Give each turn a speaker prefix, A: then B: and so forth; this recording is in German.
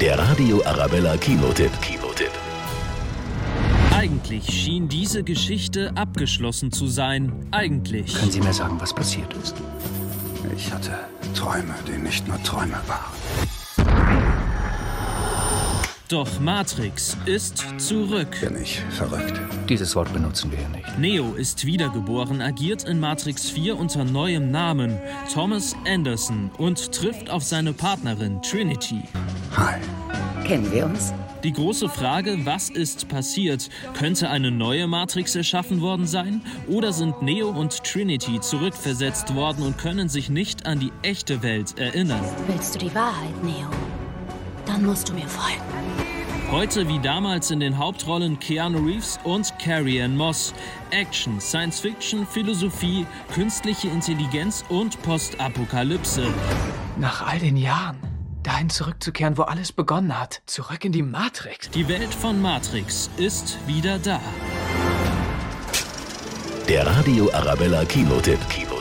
A: Der Radio Arabella Kinotipp. Kinotipp.
B: Eigentlich schien diese Geschichte abgeschlossen zu sein. Eigentlich.
C: Können Sie mir sagen, was passiert ist?
D: Ich hatte Träume, die nicht nur Träume waren.
B: Doch Matrix ist zurück.
D: Bin ich verrückt?
C: Dieses Wort benutzen wir hier nicht.
B: Neo ist wiedergeboren, agiert in Matrix 4 unter neuem Namen, Thomas Anderson, und trifft auf seine Partnerin Trinity.
D: Hi.
E: Kennen wir uns?
B: Die große Frage, was ist passiert? Könnte eine neue Matrix erschaffen worden sein? Oder sind Neo und Trinity zurückversetzt worden und können sich nicht an die echte Welt erinnern?
E: Willst du die Wahrheit, Neo? Dann musst du mir folgen.
B: Heute wie damals in den Hauptrollen Keanu Reeves und Carrie Ann Moss. Action, Science Fiction, Philosophie, künstliche Intelligenz und Postapokalypse.
F: Nach all den Jahren, dahin zurückzukehren, wo alles begonnen hat, zurück in die Matrix.
B: Die Welt von Matrix ist wieder da.
A: Der Radio Arabella Kinotipp. Kinotipp.